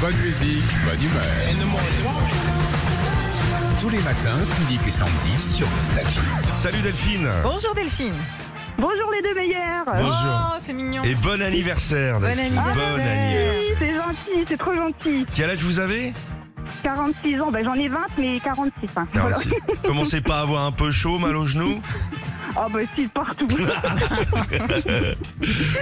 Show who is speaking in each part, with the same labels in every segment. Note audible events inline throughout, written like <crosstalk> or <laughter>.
Speaker 1: Bonne musique, bonne humeur. Tous les matins, Philippe et Sandy sur Nostalgie.
Speaker 2: Salut Delphine
Speaker 3: Bonjour Delphine.
Speaker 4: Bonjour les deux meilleurs.
Speaker 2: Bonjour.
Speaker 3: Oh, c'est mignon.
Speaker 2: Et bon anniversaire
Speaker 3: Bon
Speaker 2: Delphine.
Speaker 3: anniversaire.
Speaker 2: Bon anniversaire.
Speaker 4: Oui, c'est gentil, c'est trop gentil.
Speaker 2: Quel âge vous avez
Speaker 4: 46 ans, ben j'en ai 20 mais 46. Hein. Voilà.
Speaker 2: 46. Commencez pas à avoir un peu chaud, mal aux genoux
Speaker 4: Oh ben si partout.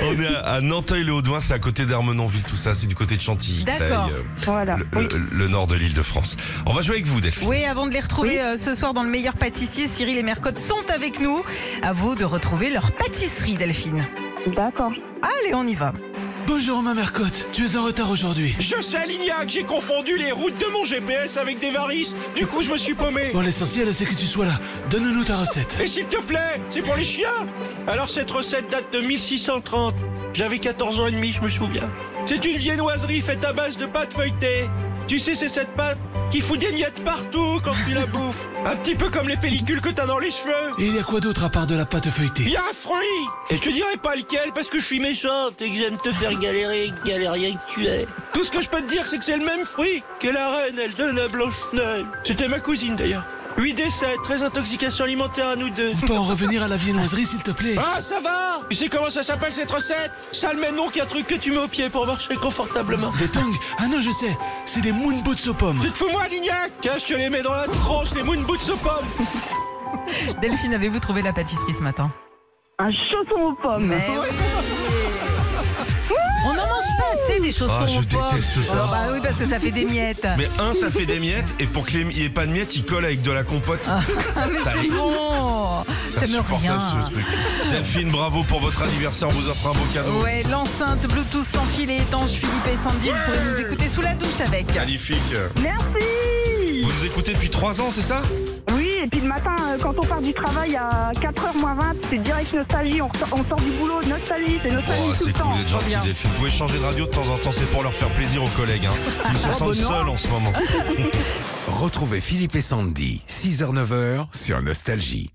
Speaker 2: On est à, à Nanteuil-le-Haut-Doin, c'est à côté d'Armenonville, tout ça, c'est du côté de Chantilly.
Speaker 3: D'accord.
Speaker 2: Creil, euh,
Speaker 4: voilà.
Speaker 2: Le, le- le nord de l'île de France. On va jouer avec vous, Delphine.
Speaker 3: Oui, avant de les retrouver
Speaker 4: Oui.
Speaker 3: euh, ce soir dans le meilleur pâtissier, Cyril et Mercotte sont avec nous. À vous de retrouver leur pâtisserie, Delphine.
Speaker 4: D'accord.
Speaker 3: Allez, on y va.
Speaker 5: Bonjour ma mère Cotte, tu es en retard aujourd'hui.
Speaker 6: Je sais, à Lignac, j'ai confondu les routes de mon GPS avec des varices. Du coup, je me suis paumé.
Speaker 5: Bon l'essentiel c'est que tu sois là. Donne-nous ta recette.
Speaker 6: Et s'il te plaît, c'est pour les chiens. Alors, cette recette date de 1630. J'avais 14 ans et demi, je me souviens. C'est une viennoiserie faite à base de pâte feuilletée. Tu sais, c'est cette pâte qui fout des miettes partout quand tu la bouffes. Un petit peu comme les pellicules que t'as dans les cheveux.
Speaker 5: Et il y a quoi d'autre à part de la pâte
Speaker 6: Il
Speaker 5: feuilletée
Speaker 6: y a un fruit Et je te dirai pas lequel parce que je suis méchante et que j'aime te faire galérer, galérien que tu es. Tout ce que je peux te dire, c'est que c'est le même fruit que la reine, elle de la blanche neige. C'était ma cousine d'ailleurs. 8 décès, 13 intoxications alimentaires à nous deux.
Speaker 5: On peut en revenir à la viennoiserie s'il te plaît
Speaker 6: Ah, ça va Tu sais comment ça s'appelle cette recette Ça le même nom qu'un truc que tu mets au pied pour marcher confortablement.
Speaker 5: Des tongs Ah non je sais, c'est des moon boots aux pommes.
Speaker 6: Tu te fous moi, Lignac Tiens, je te les mets dans la tronche, les moon boots aux pommes
Speaker 3: Delphine, avez-vous trouvé la pâtisserie ce matin
Speaker 4: Un chausson aux pommes.
Speaker 3: Mais oui. <laughs> On n'en mange pas assez des chaussons
Speaker 2: Ah, je
Speaker 3: aux pommes.
Speaker 2: déteste ça.
Speaker 3: Oh, bah oui, parce que ça fait des miettes.
Speaker 2: Mais un, ça fait des miettes, et pour qu'il n'y ait pas de miettes, il colle avec de la compote.
Speaker 3: Ah, mais c'est bon.
Speaker 2: C'est
Speaker 3: T'aimes
Speaker 2: insupportable,
Speaker 3: rien.
Speaker 2: ce truc. Delphine, bravo pour votre anniversaire, on vous offre un beau cadeau.
Speaker 3: Ouais, l'enceinte Bluetooth sans fil et étanche, Philippe et Sandy, vous pourrez nous écouter sous la douche avec.
Speaker 2: Magnifique.
Speaker 4: Merci.
Speaker 2: Vous nous écoutez depuis 3 ans, c'est ça
Speaker 4: Oui, et puis le matin, euh, quand on part du travail à 4h moins 20, c'est direct nostalgie. On, ressort- on sort du boulot, nostalgie, c'est nostalgie
Speaker 2: Oh,
Speaker 4: tout
Speaker 2: c'est
Speaker 4: le
Speaker 2: cool,
Speaker 4: temps.
Speaker 2: vous êtes gentil, Delphine. Vous pouvez changer de radio de temps en temps, c'est pour leur faire plaisir aux collègues. hein. Ils
Speaker 4: Ah,
Speaker 2: se sentent seuls en ce moment.
Speaker 1: Retrouvez Philippe et Sandy, 6h-9h sur Nostalgie.